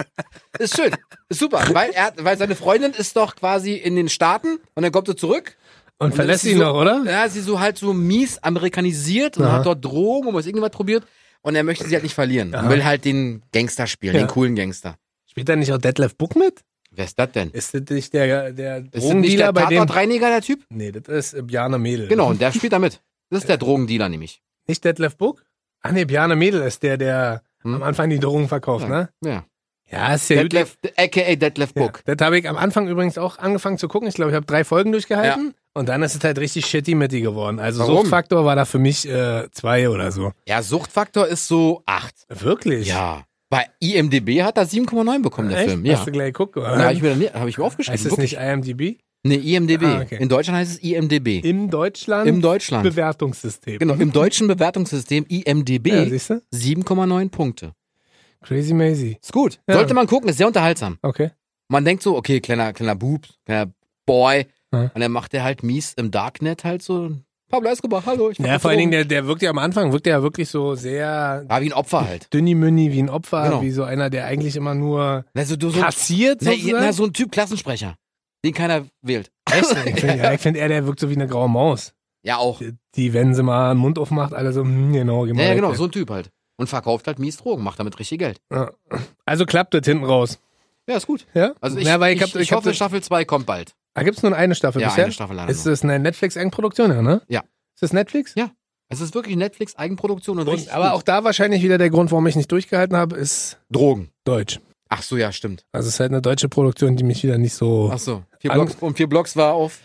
B: Ist schön. Ist super. Weil, er, hat- weil seine Freundin ist doch quasi in den Staaten und dann kommt sie zurück
A: Und verlässt
B: dann ist
A: ihn
B: sie
A: noch, oder?
B: Ja, sie so halt so mies amerikanisiert und
A: Aha.
B: hat dort Drogen und was irgendwas probiert. Und er möchte sie halt nicht verlieren.
A: Aha.
B: Und will halt den Gangster spielen,
A: Ja.
B: den coolen Gangster.
A: Spielt da nicht auch Detlef Book mit?
B: Wer ist das denn?
A: Ist das nicht der, der
B: Ist das nicht
A: Drogendealer,
B: der
A: bei dem...
B: Tatortreiniger, der Typ?
A: Nee, das ist äh, Bjarne Mädel.
B: Genau, und der spielt damit. Das ist der Drogendealer nämlich.
A: Nicht Detlef Book? Ach nee, Bjarne Ah, Mädel ist der, der
B: Hm?
A: am Anfang die Drogen verkauft,
B: Ja.
A: ne?
B: Ja.
A: Ja, ist ja
B: Detlef, aka Detlef Book.
A: Das habe ich am Anfang übrigens auch angefangen zu gucken. Ich glaube, ich habe drei Folgen durchgehalten. Und dann ist es halt richtig shitty mitty geworden. Also
B: Warum?
A: Suchtfaktor war da für mich äh, zwei oder so.
B: Ja. Suchtfaktor ist so 8.
A: Wirklich?
B: Ja. Bei IMDB hat er 7,9 bekommen, der
A: Echt?
B: Film.
A: Hast
B: Ja.
A: du gleich geguckt? oder?
B: Da habe ich, mir dann- hab ich mir aufgeschrieben.
A: heißt es
B: wirklich.
A: nicht IMDb?
B: Nee, IMDB.
A: Ah, okay.
B: In Deutschland heißt es IMDB.
A: Im Deutschland
B: Im Deutschland.
A: Bewertungssystem.
B: genau, im deutschen Bewertungssystem IMDB
A: Ja, siehst du?
B: 7,9 Punkte.
A: Crazy Maisy.
B: Ist gut.
A: Ja.
B: Sollte man gucken, ist sehr unterhaltsam.
A: Okay.
B: Man denkt so, okay, kleiner, kleiner Bub, kleiner Boy.
A: Ja.
B: Und dann macht er halt mies im Darknet halt so. Pablo Escobar, hallo. Ich
A: Ja, vor allen Dingen, der, der wirkt ja am Anfang, wirkt ja wirklich so sehr
B: War wie ein Opfer halt.
A: dünni-münni wie ein Opfer,
B: Genau.
A: wie so einer, der eigentlich immer nur
B: Also du so,
A: kassiert
B: na,
A: sozusagen.
B: na, so ein Typ Klassensprecher, den keiner wählt.
A: ich finde, ja, ich find, er, der wirkt so wie eine graue Maus.
B: Ja, auch.
A: Die, wenn sie mal den Mund aufmacht, alle so, hm, genau, geh mal
B: Ja, ja,
A: weg,
B: genau,
A: ey.
B: so ein Typ halt. Und verkauft halt mies Drogen, macht damit richtig Geld.
A: Ja. Also klappt das hinten raus.
B: Ja, ist gut.
A: Ja?
B: Also ich,
A: ja, weil
B: ich,
A: hab-
B: ich, hoffe,
A: hab das,
B: Staffel 2 kommt bald.
A: da gibt es nur eine Staffel
B: Ja,
A: bisher.
B: eine Staffel leider
A: ist
B: nur.
A: das eine Netflix-Eigenproduktion, ja, ne?
B: Ja.
A: Ist das Netflix?
B: Ja. Es ist wirklich Netflix-Eigenproduktion und,
A: Und,
B: richtig
A: aber auch
B: gut.
A: da wahrscheinlich wieder der Grund, warum ich nicht durchgehalten habe, ist
B: Drogen.
A: Deutsch.
B: Ach so, ja, stimmt.
A: Also es ist halt eine deutsche Produktion, die mich wieder nicht so.
B: Ach so. Vier
A: An-
B: Blocks, um vier Blocks war auf.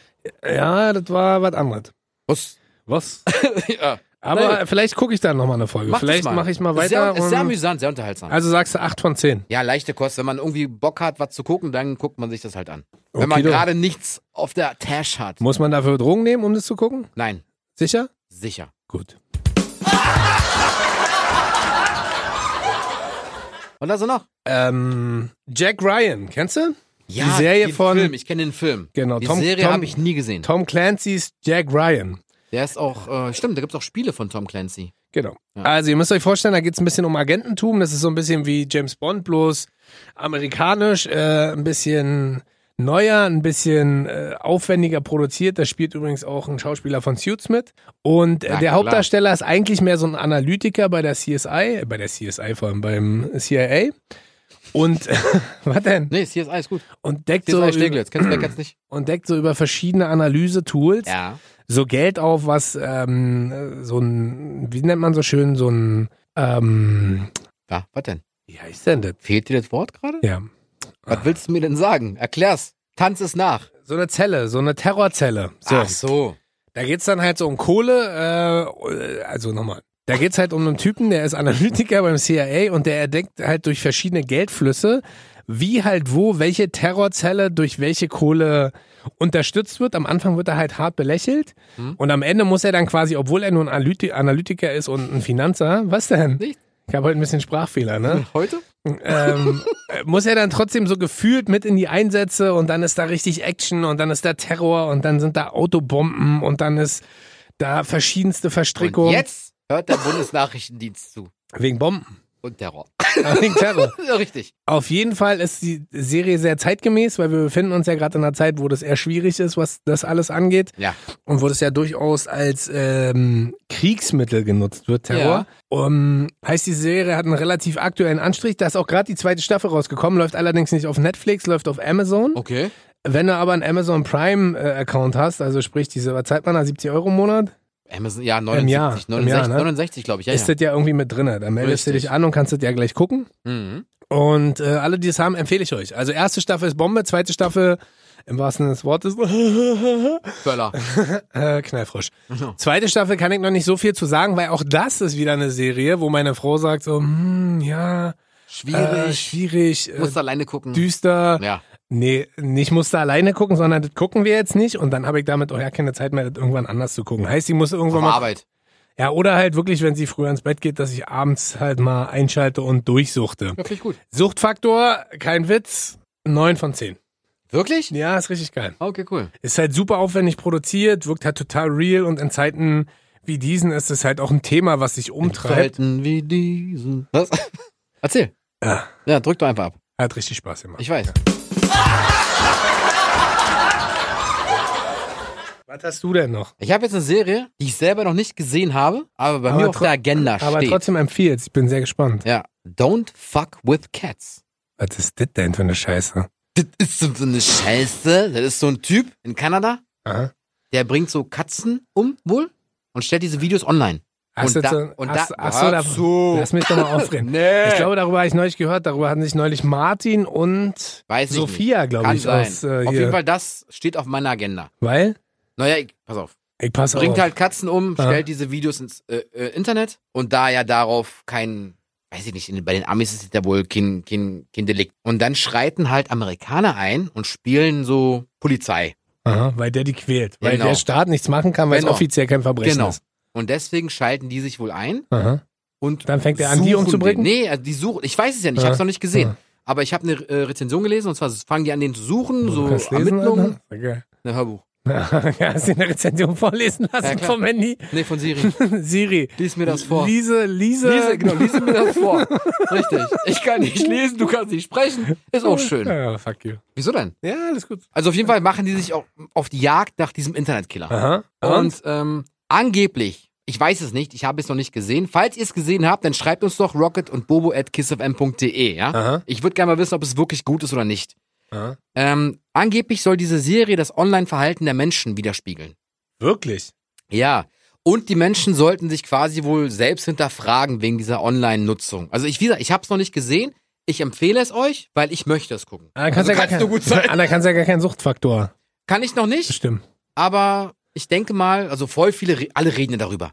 A: Ja, das war was anderes.
B: Was?
A: Was?
B: ja.
A: Aber
B: Naja.
A: vielleicht gucke ich da nochmal eine Folge.
B: Mach das
A: Äh, vielleicht
B: mal.
A: mache ich mal
B: Ist sehr,
A: weiter.
B: ist sehr
A: und
B: amüsant, sehr unterhaltsam.
A: also sagst du 8 von 10.
B: ja, leichte Kost. Wenn man irgendwie Bock hat, was zu gucken, dann guckt man sich das halt an. Wenn man
A: Okido.
B: gerade nichts auf der Tasche hat.
A: Muss man dafür Drogen nehmen, um das zu gucken?
B: Nein,
A: Sicher?
B: sicher.
A: Gut.
B: Und also noch?
A: Ähm, Jack Ryan, kennst du?
B: Ja,
A: Die Serie
B: den
A: von-
B: Film. Ich kenne den Film.
A: Genau,
B: Die
A: Tom-
B: Serie
A: Tom-
B: habe ich nie gesehen.
A: Tom Clancy's Jack Ryan.
B: Der ist auch, äh, stimmt, da gibt es auch Spiele von Tom Clancy.
A: Genau.
B: Ja.
A: Also ihr müsst euch vorstellen, da geht es ein bisschen um Agententum. Das ist so ein bisschen wie James Bond, bloß amerikanisch, äh, ein bisschen neuer, ein bisschen äh, aufwendiger produziert. Da spielt übrigens auch ein Schauspieler von Suits mit. Und äh,
B: Na
A: der
B: klar.
A: Hauptdarsteller ist eigentlich mehr so ein Analytiker bei der CSI, äh, bei der CSI vor allem, beim CIA. Und was denn?
B: Nee, CSI ist gut.
A: Und deckt,
B: CSI
A: so äh, über,
B: Steglitz, kennst du wer kennt's nicht?
A: und deckt so über verschiedene Analyse-Tools
B: Ja.
A: so Geld auf, was ähm, so ein, wie nennt man so schön, so ein, ähm,
B: Ja, was denn?
A: wie heißt denn das?
B: Fehlt dir das Wort gerade?
A: Ja.
B: Was willst du mir denn sagen? Erklär's. Tanz es nach.
A: So eine Zelle, so eine Terrorzelle. So.
B: so.
A: Da geht's dann halt so um Kohle, äh, also nochmal. Da geht's halt um einen Typen, der ist Analytiker beim CIA und der entdeckt halt durch verschiedene Geldflüsse, wie halt wo welche Terrorzelle durch welche Kohle unterstützt wird. Am Anfang wird er halt hart belächelt
B: Hm.
A: und am Ende muss er dann quasi, obwohl er nur ein Analyti Analytiker ist und ein Finanzer, was denn?
B: Nichts.
A: Ich habe heute ein bisschen Sprachfehler, ne?
B: Heute?
A: ähm, muss er dann trotzdem so gefühlt mit in die Einsätze und dann ist da richtig Action und dann ist da Terror und dann sind da Autobomben und dann ist da verschiedenste Verstrickungen.
B: Und jetzt hört der Bundesnachrichtendienst zu.
A: Wegen Bomben.
B: Und Terror.
A: Wegen Terror.
B: Ja, Richtig.
A: Auf jeden Fall ist die Serie sehr zeitgemäß, weil wir befinden uns ja gerade in einer Zeit, wo das eher schwierig ist, was das alles angeht.
B: Ja.
A: Und wo das ja durchaus als ähm, Kriegsmittel genutzt wird,
B: Ja.
A: Terror. Um, heißt, die Serie hat einen relativ aktuellen Anstrich. Da ist auch gerade die zweite Staffel rausgekommen, läuft allerdings nicht auf Netflix, läuft auf Amazon.
B: Okay.
A: Wenn du aber einen Amazon Prime-Account hast, also sprich diese, was zahlt man da, 70 Euro im Monat,
B: Amazon, ja,
A: Im
B: 69,
A: Jahr, im
B: 69,
A: Jahr, ne?
B: 69 glaube ich. Ja,
A: ist
B: ja.
A: das ja irgendwie mit drinne. Da meldest du
B: Richtig.
A: dich an und kannst das ja gleich gucken.
B: Mhm.
A: Und äh, alle, die es haben, empfehle ich euch. Also erste Staffel ist Bombe, zweite Staffel im wahrsten Sinne des Wortes äh,
B: Böller.
A: knallfrisch. Zweite Staffel kann ich noch nicht so viel zu sagen, weil auch das ist wieder eine Serie, wo meine Frau sagt so, hm, ja, äh,
B: Schwierig.
A: schwierig, äh,
B: Musst alleine gucken.
A: düster.
B: Ja.
A: Nee, nicht musste alleine gucken, sondern das gucken wir jetzt nicht und dann habe ich damit auch ja keine Zeit mehr, das irgendwann anders zu gucken. Heißt, sie muss
B: Auf
A: irgendwann mal
B: Arbeit.
A: Ja, oder halt wirklich, wenn sie früher ins Bett geht, dass ich abends halt mal einschalte und durchsuchte.
B: Ja, finde ich gut.
A: Suchtfaktor, kein Witz, 9 von 10.
B: Wirklich? Ah,
A: Ja, ist richtig geil.
B: Okay, cool.
A: Ist halt super aufwendig produziert, wirkt halt total real und in Zeiten wie diesen ist es halt auch ein Thema, was sich umtreibt.
B: Zeiten wie diesen. Was? Erzähl.
A: Ja.
B: Ja, drück doch einfach ab.
A: Hat richtig Spaß gemacht.
B: Ich weiß.
A: Was hast du denn noch?
B: Ich habe jetzt eine Serie, die ich selber noch nicht gesehen habe, aber bei mir
A: Aber
B: auf
A: tro-
B: der Agenda
A: Aber
B: steht.
A: trotzdem empfiehlst, ich bin sehr gespannt.
B: Ja. Don't fuck with cats.
A: Was ist das denn für eine Scheiße?
B: Das ist so eine Scheiße. Das ist so ein Typ in Kanada,
A: Aha.
B: der bringt so Katzen um, wohl, und stellt diese Videos online. Und
A: Hast du
B: da-
A: jetzt so-
B: und
A: hast-
B: da-
A: ach so,
B: hör zu.
A: lass mich doch mal aufreden.
B: Nee.
A: Ich glaube, darüber habe ich neulich gehört. Darüber hatten sich neulich Martin und
B: Weiß ich
A: Sophia,
B: nicht.
A: glaube
B: Kann
A: ich,
B: sein.
A: aus äh,
B: auf jeden
A: hier.
B: Fall, das steht auf meiner Agenda.
A: Weil?
B: Naja, ich, pass auf.
A: Ich passe
B: Bringt
A: auf.
B: halt Katzen um,
A: Ja.
B: stellt diese Videos ins äh, äh, Internet und da ja darauf kein, weiß ich nicht, in, bei den Amis ist es ja wohl kein, kein, kein Delikt. Und dann schreiten halt Amerikaner ein und spielen so Polizei.
A: Aha, weil der die quält. Weil
B: Genau.
A: der Staat nichts machen kann, weil
B: Genau.
A: es offiziell kein Verbrechen
B: Genau.
A: ist.
B: Und deswegen schalten die sich wohl ein
A: Aha.
B: und.
A: Dann fängt er an, die
B: suchen
A: umzubringen?
B: Den. Nee, also die suchen. Ich weiß es ja nicht, ich
A: Ja.
B: hab's noch nicht gesehen.
A: Ja.
B: Aber ich habe eine äh, Rezension gelesen und zwar fangen die an, den zu suchen, so
A: Kannst du lesen,
B: Ermittlungen.
A: Alter? Okay.
B: Ne, Hörbuch.
A: Hast du eine Rezension vorlesen
B: Ja,
A: lassen
B: klar.
A: vom Handy?
B: Nee, von Siri.
A: Siri.
B: Lies mir das vor.
A: Liese, Liese.
B: Lies, genau, lies mir das vor. Richtig. Ich kann nicht lesen, du kannst nicht sprechen. Ist auch schön.
A: Ja, fuck you.
B: Wieso denn?
A: Ja, alles gut.
B: Also auf jeden Fall machen die sich auch auf die Jagd nach diesem Internetkiller.
A: Aha.
B: Und ähm, angeblich, ich weiß es nicht, ich habe es noch nicht gesehen. Falls ihr es gesehen habt, dann schreibt uns doch rocket und bobo at kissfm.de, ja?
A: Aha.
B: Ich würde gerne mal wissen, ob es wirklich gut ist oder nicht.
A: Aha.
B: Ähm, angeblich soll diese Serie das Online-Verhalten der Menschen widerspiegeln.
A: Wirklich?
B: Ja. Und die Menschen sollten sich quasi wohl selbst hinterfragen wegen dieser Online-Nutzung. Also ich, wie gesagt, ich habe es noch nicht gesehen. Ich empfehle es euch, weil ich möchte es gucken.
A: Ah, Da
B: Also
A: kannst ja gar
B: kannst
A: kein-
B: du gut sein.
A: Ah, Da kannst ja gar keinen Suchtfaktor
B: Kann ich noch nicht,
A: bestimmen.
B: aber ich denke mal, also voll viele, re- alle reden ja darüber.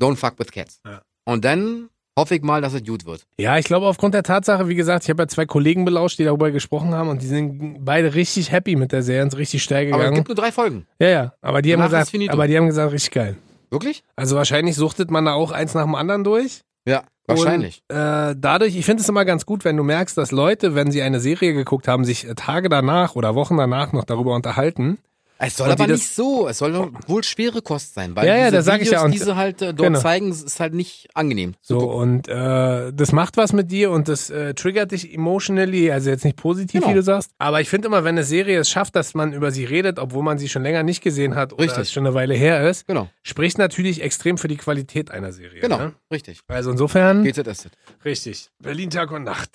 B: Don't fuck with cats.
A: Ja.
B: Und dann hoffe ich mal, dass es gut wird.
A: Ja, ich glaube aufgrund der Tatsache, wie gesagt, ich habe ja zwei Kollegen belauscht, die darüber gesprochen haben und die sind beide richtig happy mit der Serie und sind richtig steil
B: Aber es
A: gegangen.
B: gibt nur drei Folgen.
A: Ja, ja, aber die haben
B: Danach ist
A: gesagt,
B: finito.
A: aber die haben gesagt, richtig geil.
B: Wirklich?
A: Also wahrscheinlich suchtet man da auch eins nach dem anderen durch.
B: Ja, wahrscheinlich.
A: Und, äh, dadurch, ich finde es immer ganz gut, wenn du merkst, dass Leute, wenn sie eine Serie geguckt haben, sich äh, Tage danach oder Wochen danach noch darüber unterhalten.
B: Es soll
A: und
B: aber
A: die das-
B: nicht so, es soll doch wohl schwere Kost sein, weil
A: Ja, ja,
B: diese
A: das sag ich
B: Videos,
A: ja, und-
B: die sie halt äh, dort
A: Genau.
B: zeigen, ist halt nicht angenehm. zu
A: So,
B: gucken.
A: und äh, das macht was mit dir und das äh, triggert dich emotionally, also jetzt nicht positiv,
B: Genau.
A: wie du sagst. Aber ich finde immer, wenn eine Serie es schafft, dass man über sie redet, obwohl man sie schon länger nicht gesehen hat oder
B: Richtig.
A: es schon eine Weile her ist,
B: Genau,
A: spricht natürlich extrem für die Qualität einer Serie.
B: genau,
A: Ne?
B: richtig.
A: Also insofern,
B: GZSZ.
A: richtig. Berlin Tag und Nacht.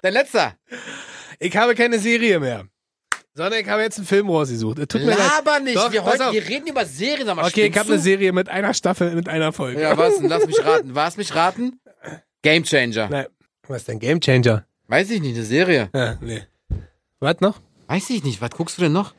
B: Dein letzter.
A: Ich habe keine Serie mehr, sondern ich habe jetzt einen Film rausgesucht. Es Tut mir leid.
B: Laber nicht.
A: Doch,
B: wir,
A: pass
B: heute,
A: auf.
B: wir reden über Serien. Sag mal,
A: Okay, ich
B: stinkst
A: habe eine
B: du?
A: Serie mit einer Staffel, mit einer Folge.
B: Ja, was denn? Lass mich raten. Was mich raten? Game Changer.
A: Nein. Was ist denn Gamechanger?
B: Weiß ich nicht, eine Serie.
A: Ja, nee. Was noch?
B: Weiß ich nicht. Was guckst du denn noch?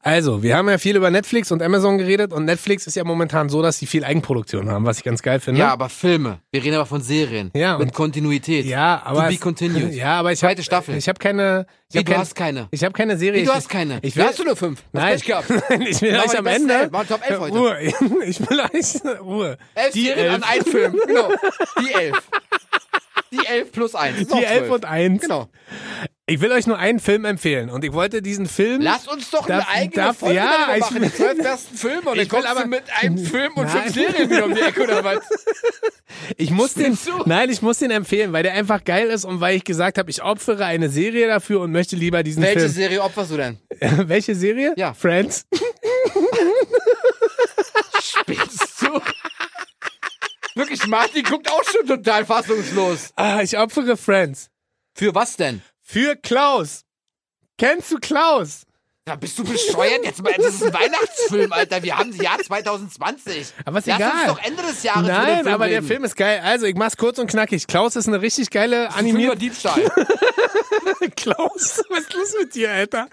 A: Also, wir haben ja viel über Netflix und Amazon geredet und Netflix ist ja momentan so, dass sie viel Eigenproduktion haben, was ich ganz geil finde.
B: Ja, aber Filme. Wir reden aber von Serien.
A: Hm? Ja,
B: Mit
A: und-
B: Kontinuität.
A: ja aber
B: To be
A: es-
B: continued.
A: Ja, aber ich
B: Zweite
A: hab-
B: Staffel.
A: Ich habe keine ich
B: Wie,
A: habe
B: du
A: kein,
B: hast keine.
A: ich habe keine Serie.
B: Wie, du
A: Ich-
B: hast keine.
A: Ich will,
B: da hast du nur fünf. Hast
A: Nein.
B: Pech gehabt.
A: ich will
B: Mach
A: euch
B: die
A: am
B: besten
A: Ende
B: elf. Mach Top elf heute.
A: Ruhe. Ich will euch Ruhe.
B: Elf
A: die
B: Serien an
A: elf,
B: einen Film. Genau. Die elf. Die elf plus eins. Ist auch
A: die elf
B: zwölf.
A: und eins.
B: Genau.
A: Ich will euch nur einen Film empfehlen und ich wollte diesen Film
B: Lass uns doch
A: Darf-
B: eine eigene
A: darf-
B: Folge
A: ja,
B: darüber
A: ich
B: machen.
A: will-
B: Die zwölf besten Filme. Und dann
A: Ich
B: kommst
A: will aber-
B: du mit einem Film und
A: Nein.
B: fünf Serien wieder um die Ecke oder was?
A: Ich muss den,
B: Spinnst du?
A: nein, ich muss den empfehlen, weil der einfach geil ist und weil ich gesagt habe, ich opfere eine Serie dafür und möchte lieber diesen
B: Welche
A: Film.
B: Serie opferst du denn?
A: Welche Serie?
B: Ja.
A: Friends.
B: Spinnst du? Wirklich, Martin guckt auch schon total fassungslos.
A: Ah, ich opfere Friends.
B: Für was denn?
A: Für Klaus. Kennst du Klaus?
B: Da bist du bescheuert jetzt mal. Das ist ein Weihnachtsfilm, Alter. Wir haben das Jahr 2020.
A: Aber ist
B: Lass
A: egal.
B: uns doch Ende des Jahres über den
A: Nein,
B: Film
A: aber der
B: reden.
A: Film ist geil. Also, ich mach's kurz und knackig. Klaus ist eine richtig
B: Ein
A: geile
B: Film über
A: animierte
B: Diebstahl.
A: Klaus. Was ist los mit dir, Alter?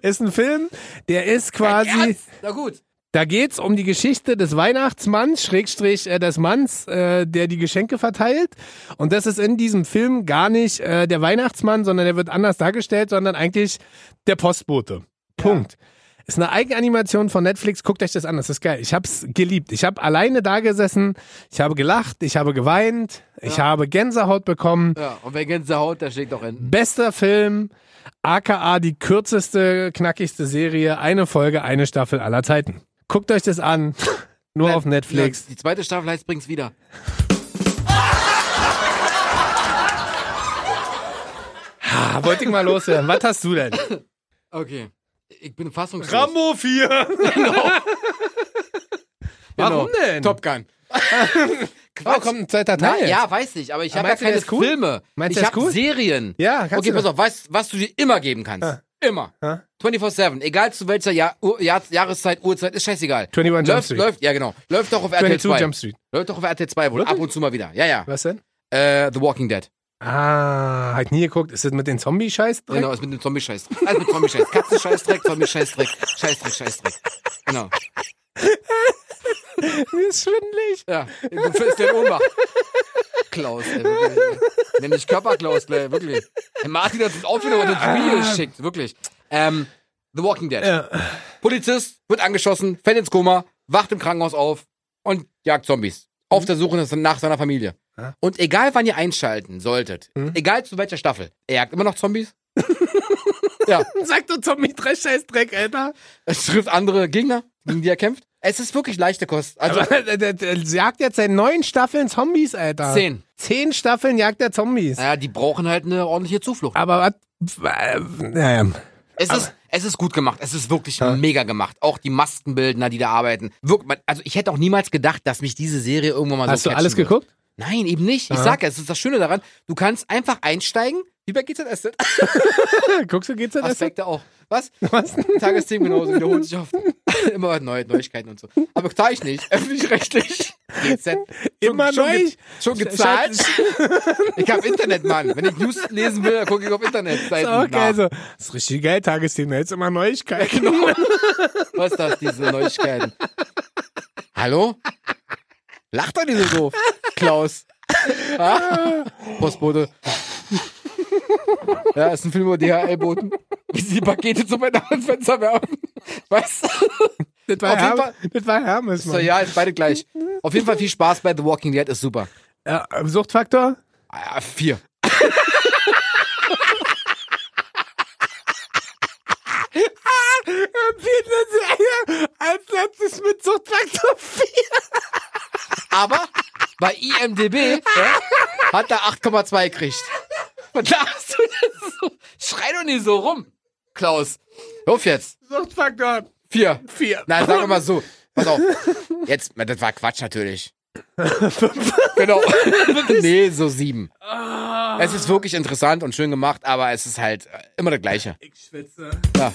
A: Ist ein Film, der ist quasi.
B: Ernst? Na gut.
A: Da geht's um die Geschichte des Weihnachtsmanns, Schrägstrich äh, des Manns, äh, der die Geschenke verteilt. Und das ist in diesem Film gar nicht äh, der Weihnachtsmann, sondern der wird anders dargestellt, sondern eigentlich der Postbote. Punkt. Ist eine Eigenanimation von Netflix. Guckt euch das an. Das ist geil. Ich hab's geliebt. Ich habe alleine da gesessen. Ich habe gelacht. Ich habe geweint. Ich habe Gänsehaut bekommen.
B: Ja, und wer Gänsehaut, der schlägt auch hinten.
A: Bester Film, aka die kürzeste, knackigste Serie, eine Folge, eine Staffel aller Zeiten. Guckt euch das an, nur auf Netflix.
B: Ja, die zweite Staffel heißt Bring's wieder.
A: Ah, wollte ich mal loswerden. Was hast du denn?
B: Okay. Ich bin fassungslos.
A: 4. Genau. Warum denn?
B: Genau. Top Gun.
A: Oh, kommt ein zweiter Teil.
B: Na,
A: jetzt.
B: ja, weiß ich, aber ich
A: Aber
B: habe ja
A: Ah, meinst du,
B: keine
A: der ist cool?
B: Filme.
A: Meinst du,
B: ich
A: der ist
B: habe
A: cool?
B: Serien.
A: ja kannst
B: okay,
A: du. Ah.
B: pass auf, weißt was du dir immer geben kannst? Immer.
A: Ja.
B: 24-7, egal zu welcher Jahr, Uhr- Jahr, Jahreszeit, Uhrzeit, ist scheißegal.
A: 21 Jump
B: läuft,
A: Street.
B: läuft, ja genau. Läuft doch auf RTL
A: 22
B: 2.
A: Jump Street.
B: Läuft doch auf RTL 2 wohl, ab
A: Wirklich?
B: und zu mal wieder. Ja, ja.
A: Was denn?
B: Äh, The Walking Dead.
A: Ah, halt nie geguckt. Ist das mit den Zombie-Scheiß drin?
B: Genau, ist mit dem Zombie-Scheißdreck. Also mit Zombie-Scheiß. Katzen-Scheißdreck, Zombie-Scheißdreck, Scheißdreck, Scheißdreck. Genau.
A: Mir ist schwindelig.
B: Ja, du fällst dir in Ohnmacht. Klaus, ey, wirklich. Nenn dich Körperklaus, ey, wirklich. Ey, Martin hat uns auch wieder mal das Video geschickt, wirklich. Ähm, The Walking Dead.
A: Ah. Ja.
B: Polizist wird angeschossen, fällt ins Koma, wacht im Krankenhaus auf und jagt Zombies. Auf der Suche nach seiner Familie.
A: Mhm. Ja.
B: Und egal, wann ihr einschalten solltet,
A: Mhm.
B: egal zu welcher Staffel, er jagt immer noch Zombies. ja,
A: Sag doch Zombie-Scheiß-Dreck, Alter.
B: es trifft andere Gegner, gegen die er kämpft. Es ist wirklich leichte Kost. Also,
A: Aber der, der, der jagt jetzt seit neun Staffeln Zombies, Alter.
B: zehn.
A: Zehn Staffeln jagt er Zombies.
B: Naja, die brauchen halt eine ordentliche Zuflucht.
A: Aber was? äh, Naja.
B: Es ist, es ist gut gemacht. Es ist wirklich mega gemacht. Auch die Maskenbildner, die da arbeiten. Wirkt man, also ich hätte auch niemals gedacht, dass mich diese Serie irgendwann mal
A: Hast
B: so
A: du
B: catchen
A: alles
B: wird.
A: geguckt?
B: Nein, eben nicht. Ich
A: Aha.
B: sag ja, es ist das Schöne daran. Du kannst einfach einsteigen. Wie bei GZS.
A: Guckst du, geht's dir das?
B: Aspekte auch. Was?
A: Was?
B: Tagesthemen genauso. Wiederholt sich oft. Immer was Neues, Neuigkeiten und so. Aber zahle ich nicht. Öffentlich-rechtlich. GZ. Schon-
A: Immer
B: schon
A: neu?
B: ge- Schon gezahlt. Ich hab Internet, Mann. Wenn ich News lesen will, dann gucke ich auf Internetseiten.
A: Okay,
B: nach.
A: also, das ist richtig geil, Tagesthema. Jetzt immer Neuigkeiten.
B: Was ist das, diese Neuigkeiten? Hallo? Lacht doch nicht so doof, Klaus. Ah, Postbote. Ja, ist ein Film über DHL-Boten. Wie sie die Pakete zu meinem Fenster werfen. Weißt du?
A: Das war,
B: Auf jeden
A: Herm
B: Fall-
A: das war Hermes,
B: So,
A: Mann.
B: ja, ist beide gleich. Auf jeden Fall viel Spaß bei The Walking Dead, ist super.
A: Ja, ähm, Suchtfaktor?
B: Ah, vier.
A: Als letztes mit Suchtfaktor 4.
B: Aber bei IMDB hat er 8,2 gekriegt. Was lachst du denn so? Schrei doch nicht so rum, Klaus. Hör auf jetzt.
A: Suchtfaktor
B: Vier.
A: 4.
B: Nein, sagen wir mal so. Pass auf. Jetzt, das war Quatsch natürlich. genau. nee, so sieben. Es ist wirklich interessant und schön gemacht, aber es ist halt äh, immer das Gleiche.
A: Ich schwitze.
B: Ja.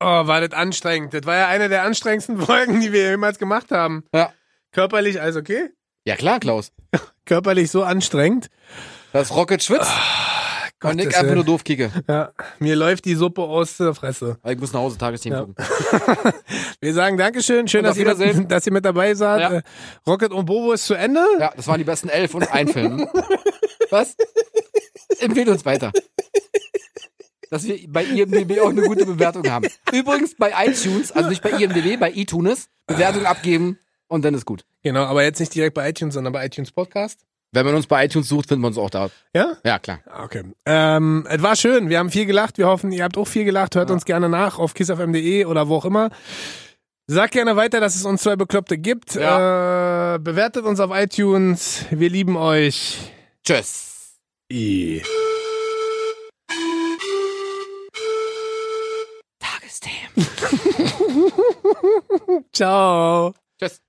A: Oh, war das anstrengend. Das war ja eine der anstrengendsten Folgen, die wir jemals gemacht haben.
B: Ja,
A: Körperlich, also okay?
B: ja klar, Klaus.
A: Körperlich so anstrengend.
B: Das Rocket schwitzt und
A: Gottes
B: Nick einfach
A: Willen.
B: nur doof kicke.
A: Ja, mir läuft die Suppe aus der Fresse.
B: Aber ich muss nach Hause Tagesthemen
A: Ja.
B: gucken.
A: Wir sagen Dankeschön, schön,
B: Und auf
A: dass ihr, mit,
B: Wiedersehen.
A: dass ihr mit dabei seid.
B: Ja.
A: Äh, Rocket und Bobo ist zu Ende.
B: Ja, das waren die besten elf und ein Film. Was? Empfehlt uns weiter. Dass wir bei IMDb auch eine gute Bewertung haben. Übrigens bei iTunes, also nicht bei IMDb, bei iTunes, Bewertung abgeben und dann ist gut.
A: Genau, aber jetzt nicht direkt bei iTunes, sondern bei iTunes Podcast.
B: Wenn man uns bei iTunes sucht, finden wir uns auch da.
A: Ja?
B: Ja, klar.
A: Okay. Ähm, es war schön. Wir haben viel gelacht. Wir hoffen, ihr habt auch viel gelacht. Hört uns gerne nach auf kissfm.de oder wo auch immer. Sagt gerne weiter, dass es uns zwei Bekloppte gibt. Äh, bewertet uns auf iTunes. Wir lieben euch.
B: Tschüss.
A: I.
B: Tagesthemen.
A: Ciao.
B: Tschüss.